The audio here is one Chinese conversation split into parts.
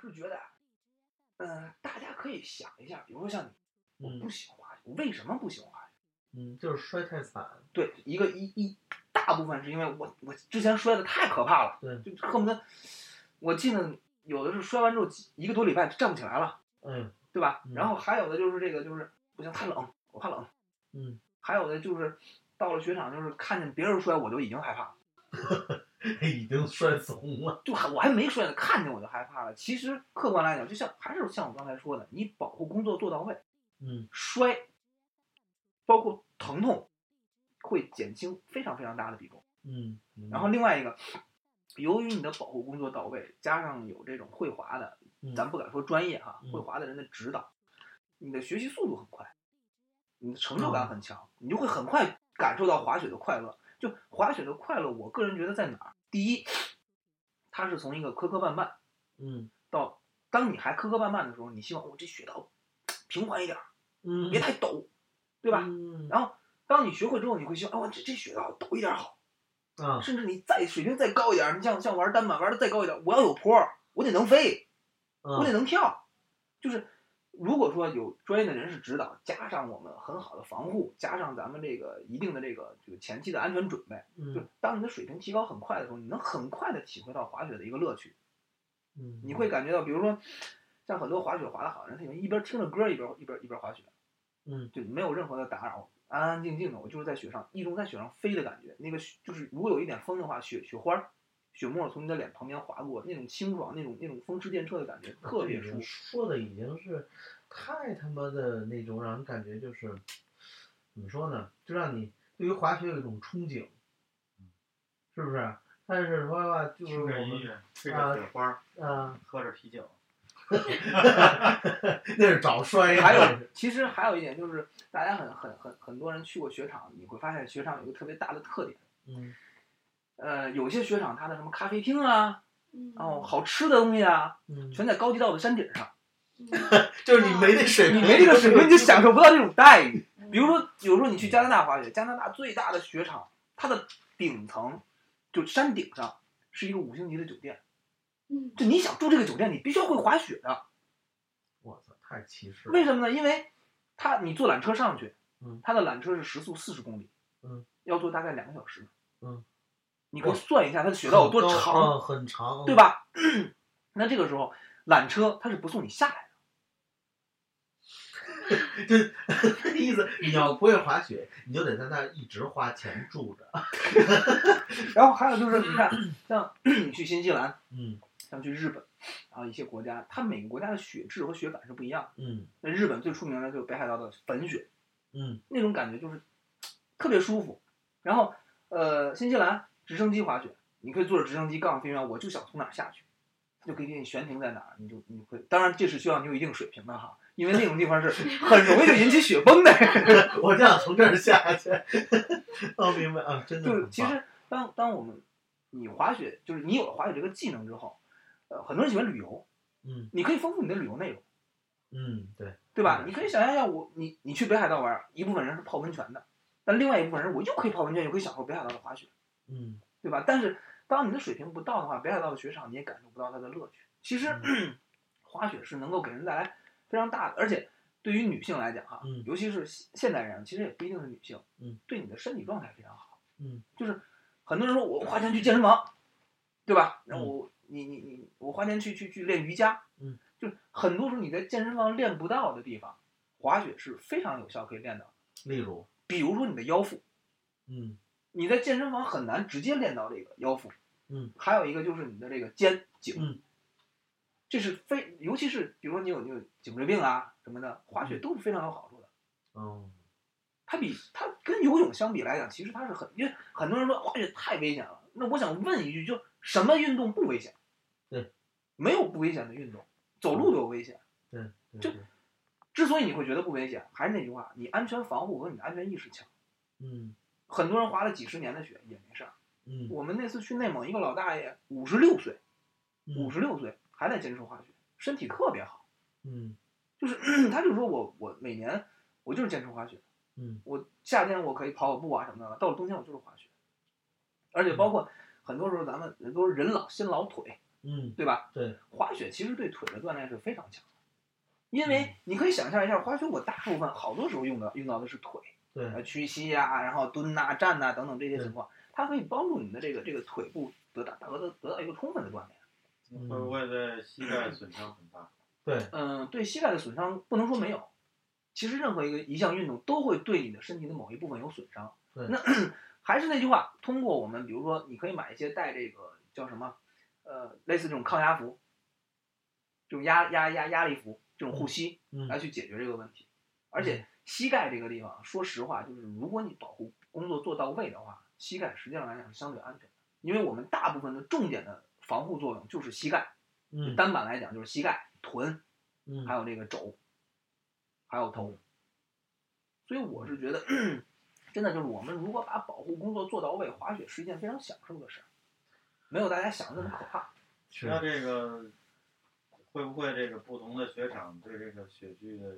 就觉得，嗯、大家可以想一下，比如说像你，我嗯不喜欢滑雪，我为什么不喜欢滑雪？ 嗯，就是摔太惨，对，一个一一大部分是因为我我之前摔的太可怕了，对就恨不得我记得有的是摔完之后几一个多礼拜站不起来了，嗯对吧？嗯然后还有的就是这个就是不行太冷，我怕冷， 嗯，还有的就是到了雪场就是看见别人摔我就已经害怕了，已经摔怂了，就还我还没摔呢，看见我就害怕了。其实客观来讲，就像还是像我刚才说的，你保护工作做到位，嗯摔包括疼痛会减轻非常非常大的比重。嗯，明白然后另外一个，由于你的保护工作到位，加上有这种会滑的，咱不敢说专业哈、嗯会滑的人的指导，你的学习速度很快，你的成就哦感很强，你就会很快感受到滑雪的快乐。就滑雪的快乐，我个人觉得在哪儿？第一，它是从一个磕磕绊绊嗯到，当你还磕磕绊绊的时候，你希望我、哦这雪道平缓一点儿，嗯，别太陡，对吧？嗯然后，当你学会之后，你会希望，哦，这这雪道陡一点儿好。啊，甚至你再水平再高一点儿，你像像玩单板玩的再高一点儿，我要有坡儿，我得能飞，我得嗯能跳。就是如果说有专业的人士指导，加上我们很好的防护，加上咱们这个一定的这个这个前期的安全准备，就嗯当你的水平提高很快的时候，你能很快的体会到滑雪的一个乐趣。嗯，你会感觉到，比如说像很多滑雪滑的好的人，他喜欢一边听着歌一边一边一边滑雪，嗯，就没有任何的打扰，安安静静的，我就是在雪上一种在雪上飞的感觉。那个雪就是如果有一点风的话，雪雪花儿、雪沫从你的脸旁边划过，那种清爽，那种那种风驰电掣的感觉特别舒服。服。说的已经是太他妈的那种，让人感觉就是怎么说呢，就让你对于滑雪有一种憧憬，是不是？但是说的话，就是听我着音们乐，吃着雪花儿， 啊，喝着啤酒，那是找摔，还有，其实还有一点就是，大家很很很很多人去过雪场，你会发现雪场有一个特别大的特点，嗯呃，有些雪场它的什么咖啡厅啊，嗯然后好吃的东西啊，嗯，全在高地道的山顶上。嗯就是你没那水你平，没这个水平，你就享受不到这种待遇。嗯比如说，有时候你去加拿大滑雪，加拿大最大的雪场，它的顶层就山顶上是一个五星级的酒店，嗯就你想住这个酒店，你必须要会滑雪的。我操，太歧视了。为什么呢？因为它你坐缆车上去嗯，它的缆车是时速四十公里，嗯，要坐大概两个小时，嗯，你可以哇算一下它的雪道有多很长，高，嗯很长，对？吧？ 那这个时候，缆车它是不送你下来的，就那 意思，你要不会滑雪，你就得在那儿一直花钱住着。然后还有就是，你 看，像 你去新西兰，嗯像去日本，然后一些国家，它每个国家的雪质和雪感是不一样的。嗯那日本最出名的就是北海道的粉雪，嗯那种感觉就是特别舒服。然后，呃，新西兰直升机滑雪，你可以坐着直升机告诉飞行员我就想从哪儿下去，他就可以给你悬停在哪儿，你就你会。当然，这是需要你有一定水平的哈，因为那种地方是很容易就引起雪崩的。 我就想从这儿下去。 哦，明白啊，真的就很是棒。其实当当我们你滑雪，就是你有了滑雪这个技能之后，呃，很多人喜欢旅游，嗯你可以丰富你的旅游内容。嗯，对，对吧？嗯你可以想象一下我，你你去北海道玩儿，一部分人是泡温泉的，但另外一部分人我又可以泡温泉，又可以享受北海道的滑雪，嗯对吧？但是当你的水平不到的话，北海道的雪场你也感受不到它的乐趣。其实，嗯 滑雪是能够给人带来非常大的，而且对于女性来讲哈，嗯尤其是现现代人，其实也不一定是女性，嗯，对你的身体状态非常好，嗯，就是很多人说我花钱去健身房，对吧？然后我、你你你我花钱去去去练瑜伽，嗯，就是很多时候你在健身房练不到的地方，滑雪是非常有效可以练到的，例如，比如说你的腰腹，嗯你在健身房很难直接练到这个腰腹。嗯，还有一个就是你的这个肩颈。嗯，这是非，尤其是比如说你有你有颈椎病啊什么的，滑嗯雪都是非常有好处的。哦，它比它跟游泳相比来讲，其实它是很，因为很多人说滑雪太危险了。那我想问一句，就什么运动不危险？对，没有不危险的运动，走路都有危险。对对就对，之所以你会觉得不危险，还是那句话，你安全防护和你的安全意识强。嗯很多人滑了几十年的雪也没事儿。嗯我们那次去内蒙，一个老大爷五十六岁，五嗯十六岁还在坚持滑雪，身体特别 好。嗯就是他就说我我每年我就是坚持滑雪，嗯我夏天我可以跑跑步啊什么的，到了冬天我就是滑雪。而且包括很多时候咱们人都是人老心老腿，嗯，对吧？对，滑雪其实对腿的锻炼是非常强的，因嗯为你可以想象一下，滑雪我大部分好多时候用到用到的是腿，呃，对，屈膝啊，然后蹲呐、站呐、等等这些对情况，它可以帮助你的这个这个腿部得到得到得到一个充分的锻炼。嗯会不会对膝盖损伤很大？对，嗯，对膝盖的损伤不能说没有，其实任何一个一项运动都会对你的身体的某一部分有损伤。对那 还是那句话，通过我们比如说，你可以买一些带这个叫什么，呃，类似这种抗压服，这种压压压压力服，这种护膝嗯来去解决这个问题。而且膝盖这个地方，说实话，就是如果你保护工作做到位的话，膝盖实际上来讲是相对安全的，因为我们大部分的重点的防护作用就是膝盖，嗯单板来讲就是膝盖、臀。嗯还，有这个肘，还有头。所以我是觉得， 真的就是我们如果把保护工作做到位，滑雪是一件非常享受的事儿，没有大家想的那么可怕。是那这个会不会这个不同的雪场对这个雪具的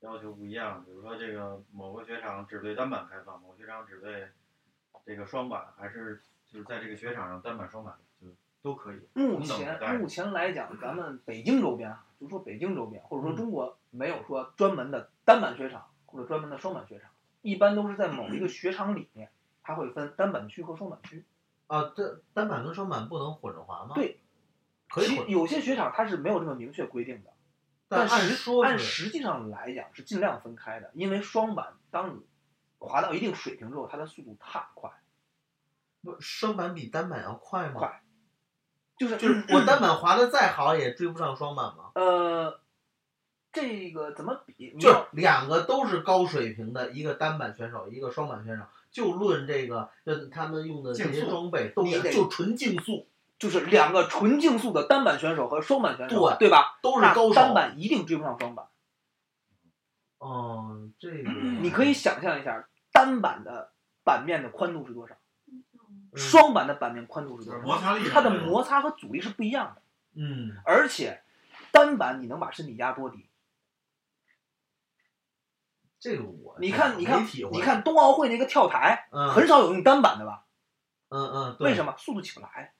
要求不一样？比如说这个某个雪场只对单板开放，某个雪场只对这个双板，还是就是在这个雪场上单板双板就都可以？目同等的前待遇目前来讲，咱们北京周边啊，就说北京周边，或者嗯说中国没有说专门的单板雪场或者专门的双板雪场，一般都是在某一个雪场里面，它会分单板区和双板区。啊，这单板跟双板不能混着滑吗？对，啊可以其混着，有些雪场它是没有这么明确规定的。但按实说按是实际上来讲是尽量分开的，因为双板当你滑到一定水平之后，它的速度太快，不双板比单板要快吗？快就是就是我单板滑的再好，也追不上双板吗？呃，这个怎么比？你就要是两个都是高水平的，一个单板选手，一个双板选手，就论这个，就他们用的这竞些速装备都你是得就纯竞速，就是两个纯竞速的单板选手和双板选手，对对吧？都是那高手。单板一定追不上双板。哦，这个你可以想象一下，单板的板面的宽度是多少，嗯双板的板面宽度是就多是少？摩擦力上它的摩擦和阻力是不一样的。嗯而且单板你能把身体压多低？这个我你看，你看没体，会你看冬奥会那个跳台，嗯很少有用单板的吧？嗯嗯对为什么？速度起不来。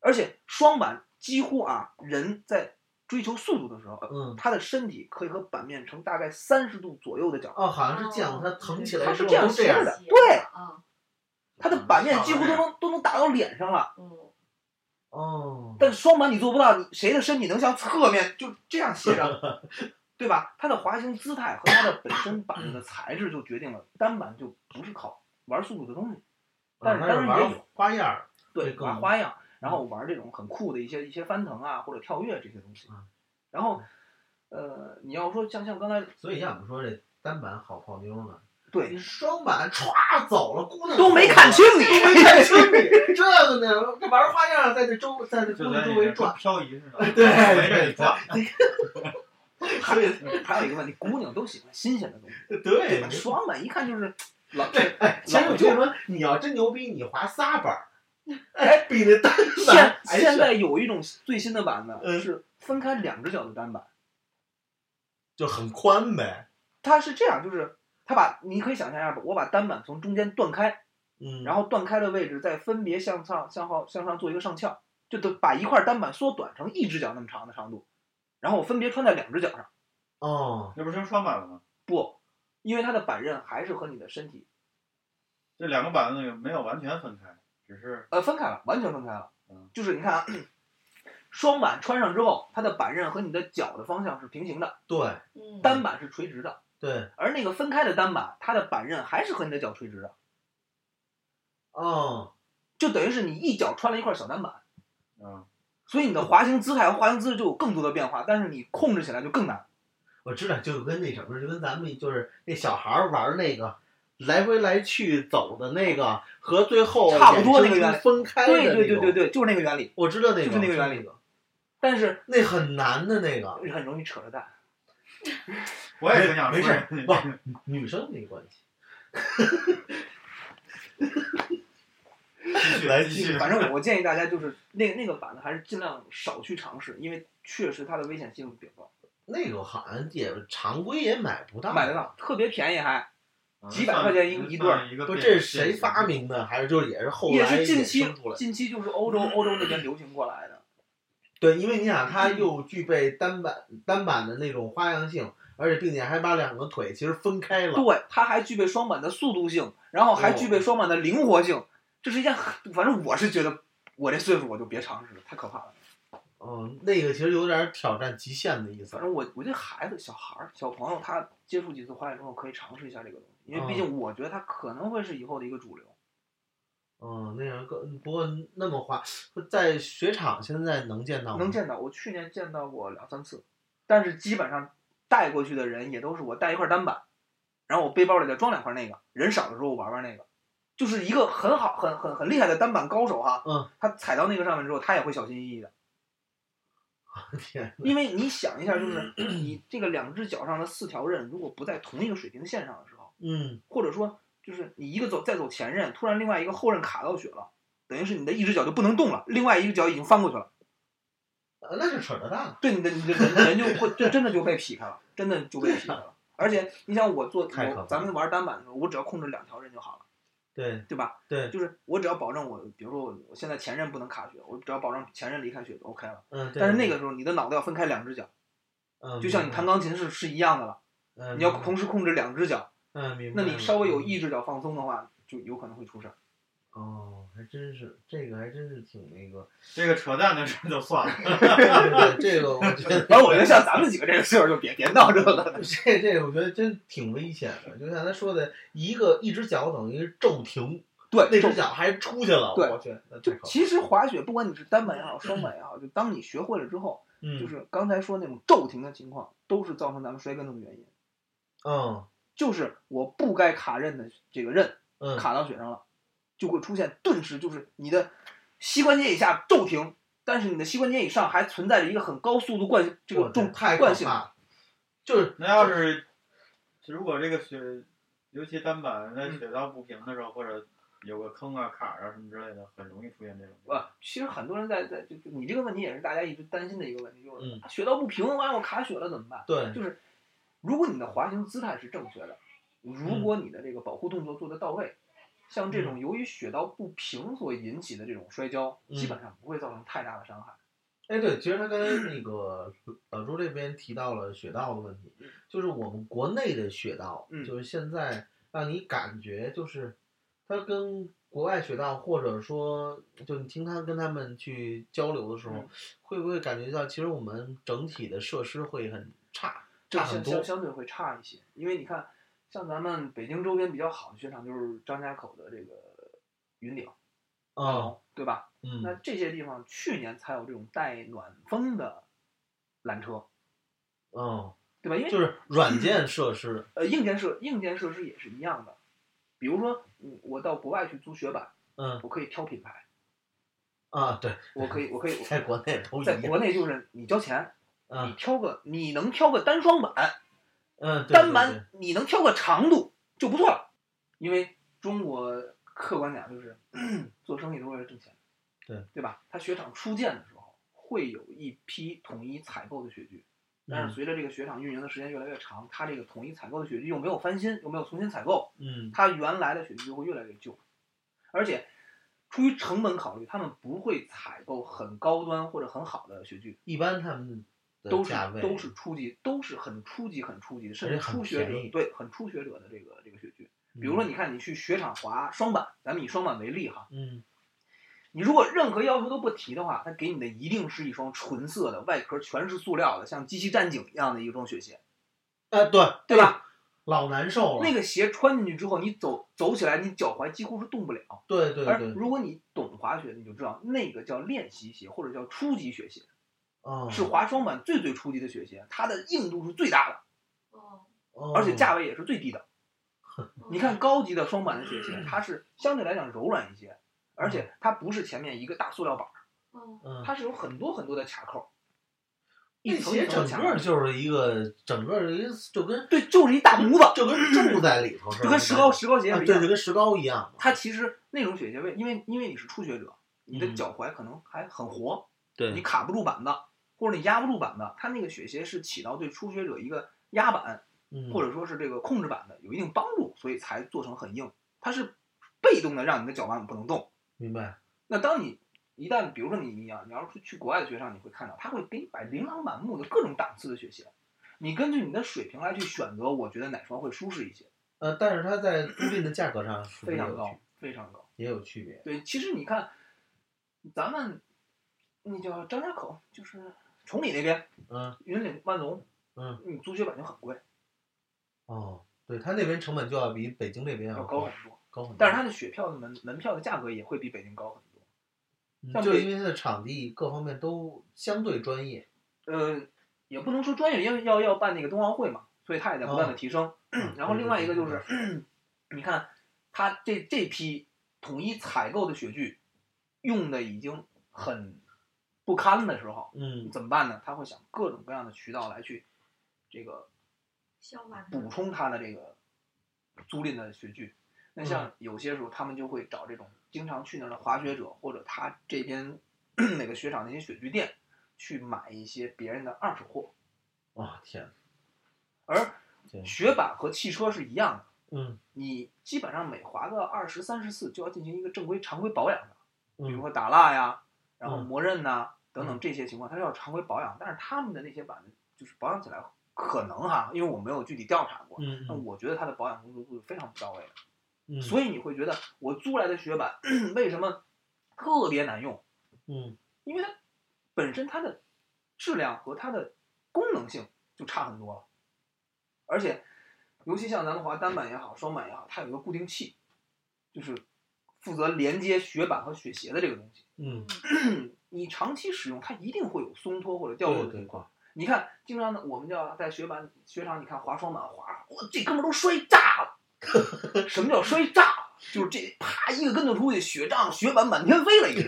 而且双板几乎啊，人在追求速度的时候，呃嗯他的身体可以和板面呈大概三十度左右的角，哦好像是见过他腾起来他之是后这样都斜样的，对，啊，他的板面几乎都能都能打到脸上了。嗯，哦，但是双板你做不到，你谁的身体能向侧面就这样斜 着，对吧？它的滑行姿态和它的本身板面的材质就决定了单板就不是靠玩速度的东西，但是还当嗯是然也有玩花样儿对，嗯会更玩花样，然后玩这种很酷的一些一些翻腾啊或者跳跃这些东西嗯。然后，呃，你要说像像刚才所以要我说这单板好泡妞呢，对你双板歘走了，姑娘都没看清你，都没看清你，这个呢，这玩花样在这周在这就姑在娘周你围这转，漂移似的，对围着你转。还有还有一个问题，姑娘都喜欢新鲜的东西，对双板一看就是老对，哎，前老我旧就说你要真牛逼，你滑仨板儿，哎，比那单板现还现是在有一种最新的版本嗯是分开两只脚的单板，就很宽呗，它是这样，就是它把你可以想象一下，我把单板从中间断开，嗯，然后后断开的位置再分别向上、向后、向上做一个上翘，就得把一块单板缩短成一只脚那么长的长度，然后我分别穿在两只脚上。哦，这不成双板了吗？不，因为它的板刃还是和你的身体这两个板子没有完全分开，只是呃分开了，完全分开了嗯。就是你看啊， 双板穿上之后，它的板刃和你的脚的方向是平行的，对嗯，单板是垂直的。对，而那个分开的单板，它的板刃还是和你的脚垂直的，哦，就等于是你一脚穿了一块小单板，啊，所以你的滑行姿态和滑行姿势就有更多的变化，但是你控制起来就更难。我知道，就跟那什么，就跟咱们就是那小孩儿玩那个。来回来去走的那个和最后差不多那个衍生原出理分开的对那种，对对对对，就是那个原理，我知道那个就是那个原理，但是那很难的那个，很容易扯着蛋。我也挺想没说事儿，不，女生没关系。继续来继续，反正我我建议大家就是那个那个板呢，还是尽量少去尝试，因为确实它的危险系数比较高，那个好像也常规也买不到，买得到，特别便宜还。嗯几百块钱一一算对儿算一个不，变这是谁发？明的？还是就是也是后也来是近衍期生出来的？近期就是欧洲欧洲那边流行过来 的，对，因为你嗯想，它又具备单板单板的那种花样性，而且并且还把两个腿其实分开了。对，它还具备双板的速度性，然后还具哦备双板的灵活性，这是一件很，反正我是觉得我这岁数我就别尝试了，太可怕了。嗯，那个其实有点挑战极限的意思反。正我我这孩子小孩儿小朋友他接触几次花样之后可以尝试一下这个东西，因为毕哦竟我觉得他可能会是以后的一个主流。嗯，那样更不过那么花，在雪场现在能见到吗？能见到，我去年见到过两三次，但是基本上带过去的人也都是我带一块单板，然后我背包里再装两块那个，人少的时候我玩玩那个，就是一个很好、很很很厉害的单板高手哈。嗯，他踩到那个上面之后，他也会小心翼翼的， 天哪，因为你想一下，就是你这个两只脚上的四条刃，如果不在同一个水平线上的时候，嗯，或者说就是你一个走再走前刃，突然另外一个后刃卡到血了，等于是你的一只脚就不能动了，另外一只脚已经翻过去了。呃那就扯着蛋了。对你的你的人人就会就真的就被劈开了，真的就被劈开了。而且你想我做太可怕了我咱们玩单板的时候，我只要控制两条刃就好了，对对吧？对，就是我只要保证我，比如说我我现在前刃不能卡血，我只要保证前刃离开血就 OK 了。嗯，对但是那个时候你的脑袋要分开两只脚，嗯，就像你弹钢琴是是一样的了，嗯，你要同时控制两只脚，嗯，明白那了。你稍微有一只脚放松的话，就有可能会出事儿。哦，还真是这个，还真是挺 那个。这个扯淡的事儿就算了。 对对对，这个我嗯觉得，反正我觉得像咱们几个这个岁数就别别闹这个了。 这这个我觉得真挺危险的。就像他说的，一个一只脚等于骤停，对，那就只脚还出去了，对我去，那就太可怕了。其实滑雪不管你是单板也好，双板也好，就当你学会了之后。嗯，就是刚才说那种骤停的情况，都是造成咱们摔跟头的原因。嗯就是我不该卡刃的这个刃嗯，卡到雪上了，就会出现顿时就是你的膝关节以下骤停，但是你的膝关节以上还存在着一个很高速度惯这我个去重太可惯性怕。了。就是那要是如果这个雪，尤其单板在嗯雪道不平的时候，或者有个坑啊、坎儿啊什么之类的，很容易出现这种。呃，其实很多人在在就就你这个问题也是大家一直担心的一个问题，就是、嗯啊雪道不平，完了我卡雪了怎么办？对，就是如果你的滑行姿态是正确的，如嗯果你的这个保护动作做得到位，像这种由于雪道不平所引起的这种摔跤，嗯基本上不会造成太大的伤害。哎，对，其实他刚才那个老朱这边提到了雪道的问题，就是我们国内的雪道，嗯就是现在让你感觉就是它跟国外雪道，或者说就你听他跟他们去交流的时候，嗯会不会感觉到其实我们整体的设施会很差？这差个很相多相相对会差一些，因为你看，像咱们北京周边比较好的雪场就是张家口的这个云顶，啊，对吧？那嗯，这些地方去年才有这种带暖风的缆车，嗯，对吧？因为就是软件设施，呃，硬件设硬件设施也是一样的，比如说，嗯我到国外去租雪板，嗯我可以挑品牌。啊，对，我可以，我可以，在国内都一在样，国内就是你交钱，你嗯挑个，你能挑个单双板，嗯，对单，板你能挑个长度就不错了，因为中国客观讲就是 做生意都是为了挣钱，对对吧？他雪场初建的时候会有一批统一采购的雪具，但嗯是随着这个雪场运营的时间越来越长，它这个统一采购的雪具又没有翻新，又没有重新采购，嗯它原来的雪具就会越来越旧，而且出于成本考虑，他们不会采购很高端或者很好的雪具，一般他们的都是价位都是初级，都是很初级、很初级的，甚而至且很初学便宜者对很初学者的这个这个雪具。比如说，你看你去雪场滑双板，咱们以双板为例哈，嗯，你如果任何要求都不提的话，它给你的一定是一双纯色的，外壳全是塑料的，像机器战警一样的一双雪鞋，啊，对呃对吧？老难受了，那个鞋穿进去之后，你走走起来，你脚踝几乎是动不了。对对而对，如果你懂滑雪，你就知道那个叫练习鞋或者叫初级雪鞋，啊，是滑双板最最初级的雪鞋，它的硬度是最大的，哦，哦，而且价位也是最低的。哦你看，高级的双板的雪嗯鞋，它是相对来讲柔软一些，而且它不是前面一个大塑料板，哦，嗯，它是有很多很多的卡扣，那一层一鞋层整的卡个扣。就是一个整个一个就跟对，就是一 大模子，就跟住在里头似的，就跟石膏石膏鞋啊，是一对，样就的。跟石膏一样嘛，它其实那种雪鞋为，因为因为你是初学者，你的嗯脚踝可能还很活，你对，卡不住板子，或者你压不住板子，它那个雪鞋是起到对初学者一个压板，嗯，或者说是这个控制板的有一定帮助，所以才做成很硬。它是被动的让你的脚腕不能动。明白，那当你一旦比如说你你要你要是去国外的学上，你会看到他会给你摆琳琅满目的各种档次的雪鞋，你根据你的水平来去选择，我觉得哪双会舒适一些，呃，但是它在租赁的价格上是不非是常有高区，非常高。也有区别？对，其实你看，咱们那叫张家口，就是崇礼那边嗯云岭万隆，嗯，你租雪板就很贵，哦，对，它那边成本就要比北京这边要要高高很多。高很多，但是它的雪票的门门票的价格也会比北京高很多。像嗯就北因为它的场地各方面都相对专业，呃，也不能说专业，因为要要办那个冬奥会嘛，所以它也在不断的提升。嗯然后另外一个就是对对对你看，它这这批统一采购的雪具，用的已经很不堪的时候，嗯，怎么办呢？他会想各种各样的渠道来去这个消化它补充他的这个租赁的雪具。那嗯像有些时候，他们就会找这种经常去那儿的滑雪者，或者他这边 哪个雪场那些雪具店去买一些别人的二手货。哦天，而对雪板和汽车是一样的，嗯你基本上每滑个二十三十次就要进行一个正规常规保养的，比如嗯说打蜡呀，然后嗯磨刃呐、等等这些情况，它是要常规保养。但是他们的那些板子就是保养起来可能哈，因为我没有具体调查过，嗯那嗯我觉得它的保养工作做得非常不到位的，嗯，所以你会觉得我租来的雪板 为什么特别难用？嗯因为它本身它的质量和它的功能性就差很多了，而且尤其像咱们滑单板也好，双板也好，它有一个固定器，就是负责连接雪板和雪鞋的这个东西。嗯，你长期使用，它一定会有松脱或者掉落对的对情对况。，你看，经常呢，我们叫在雪板雪场，你看滑双板滑，哇，这哥们儿都摔炸了。什么叫摔炸了？就是这啪一个跟头出去，雪仗雪板满天飞了，已经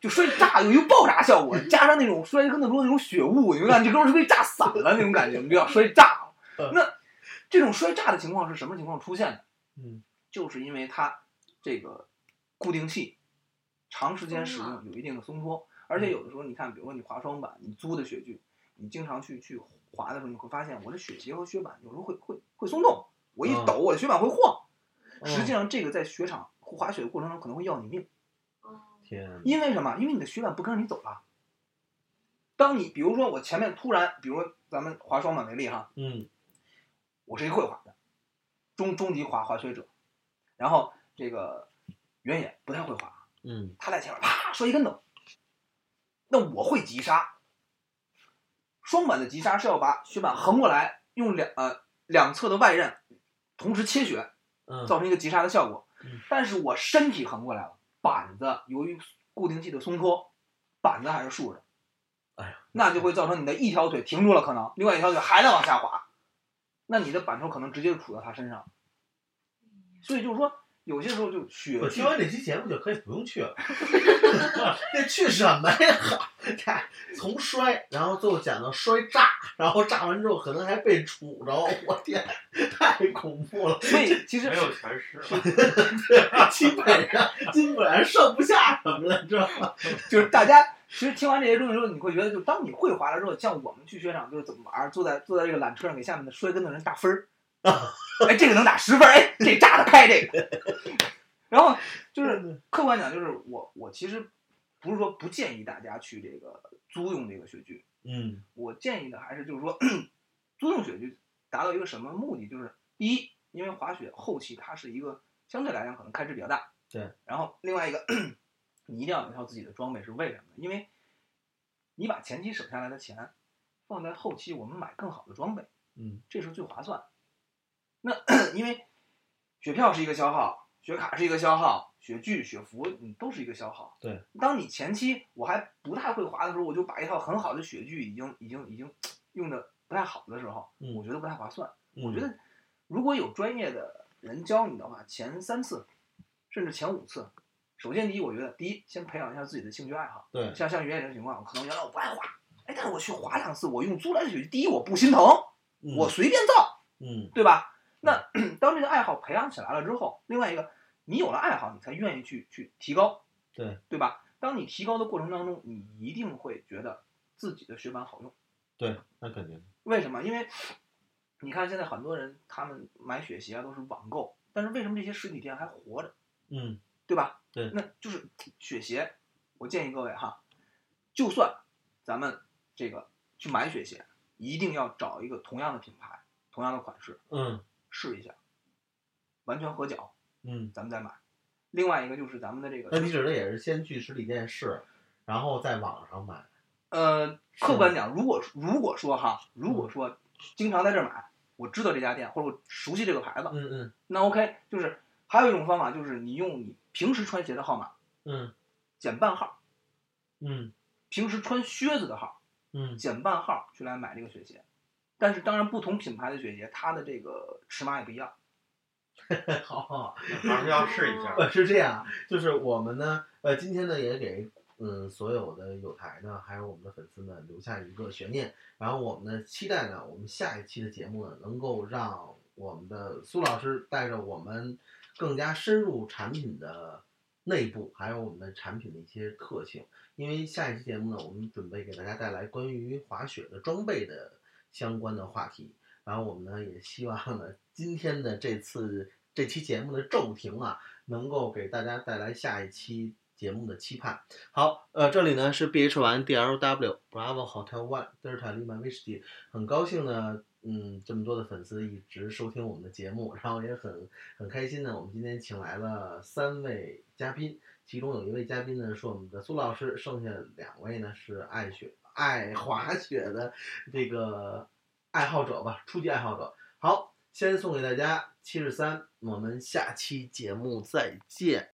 就摔炸，有一个爆炸效果，加上那种摔跟头出的那种雪雾，你们看这哥们儿是被炸散了那种感觉，我们就叫摔炸了嗯。那这种摔炸的情况是什么情况出现的？嗯就是因为它这个固定器长时间使用有一定的松脱，而且有的时候你看，比如说你滑双板，你租的雪具，你经常去去滑的时候，你会发现我的雪鞋和雪板有时候会会会松动，我一嗯抖，我的雪板会晃。哦实际上，这个在雪场滑雪的过程中可能会要你命，哦，天，啊因为什么？因为你的雪板不跟着你走了。当你比如说我前面突然，比如说咱们滑双板为例哈，嗯我是一会滑的，中中级滑滑雪者，然后这个原野不太会滑，嗯他在前面啪摔一跟头，那我会急刹，双板的急刹是要把雪板横过来，用两呃两侧的外刃同时切雪，嗯，造成一个急刹的效果嗯。但是我身体横过来了，板子由于固定器的松脱，板子还是竖着，哎呀，那就会造成你的一条腿停住了，可能另外一条腿还在往下滑，那你的板头可能直接就杵到他身上。所以就是说，有些时候就血我气听完这期节目就可以不用去 了，那去什么呀？嗨从摔，然后最后讲到摔炸，然后炸完之后可能还被杵着，我天，太恐怖了！所以其实没有全湿了。基本上基本上剩不下什么了，知道吗？就是大家其实听完这些东西之后，你会觉得，就当你会滑了之后，像我们去雪场就是怎么玩儿，坐在坐在这个缆车上给下面的摔跟头人打分儿，哎，这个能打十分儿，哎，这炸得开这个。然后就是客观讲，就是我我其实不是说不建议大家去这个租用这个雪具，嗯我建议的还是就是说租用雪具达到一个什么目的，就是第一，因为滑雪后期它是一个相对来讲可能开支比较大，对，然后另外一个你一定要有一套自己的装备，是为什么呢？因为你把前期省下来的钱放在后期，我们买更好的装备，嗯这时候最划算。那 因为雪票是一个消耗，雪卡是一个消耗，雪具、雪服你都是一个消耗。对，当你前期我还不太会滑的时候，我就把一套很好的雪具已经已经已经用的不太好的时候，嗯我觉得不太划算。我我觉得如果有专业的人教你的话，前三次甚至前五次，首先第一，我觉得第一先培养一下自己的兴趣爱好。对像像原野这种情况，可能原来我不爱滑，哎，但是我去滑两次，我用租来的雪具，第一我不心疼，我随便造。嗯对吧？那 当这个爱好培养起来了之后，另外一个，你有了爱好，你才愿意去去提高，对对吧？当你提高的过程当中，你一定会觉得自己的雪板好用。对，那肯定为什么？因为你看现在很多人他们买雪鞋啊都是网购，但是为什么这些实体店还活着，嗯对吧？对那就是雪鞋，我建议各位哈，就算咱们这个去买雪鞋，一定要找一个同样的品牌、同样的款式嗯试一下，完全合脚，嗯，咱们再买。另外一个就是咱们的这那个你指的也是先去实体店试，然后在网上买。呃，是嗯客观讲，如果如果说哈，如果说经常在这儿买，我知道这家店或者我熟悉这个牌子，嗯嗯那 OK，就是还有一种方法就是你用你平时穿鞋的号码嗯减半号，嗯平时穿靴子的号嗯 减半号去来买这个雪鞋。但是当然，不同品牌的雪鞋，它的这个尺码也不一样。嗯，好。还是要 试一下。呃，是这样，就是我们呢，呃，今天呢也给嗯所有的友台呢，还有我们的粉丝呢留下一个悬念，然后我们呢期待呢，我们下一期的节目呢能够让我们的苏老师带着我们更加深入产品的内部，还有我们的产品的一些特性，因为下一期节目呢，我们准备给大家带来关于滑雪的装备的相关的话题。然后我们呢也希望呢，今天的这次这期节目的骤停啊，能够给大家带来下一期节目的期盼。好，呃，这里呢是 BH 玩 DLW Bravo Hotel One Delta Lima Whiskey，很高兴呢，嗯，这么多的粉丝一直收听我们的节目，然后也很很开心呢。我们今天请来了三位嘉宾，其中有一位嘉宾呢是我们的苏老师，剩下两位呢是爱雪爱滑雪的这个爱好者吧，初级爱好者。好，先送给大家七十三，我们下期节目再见。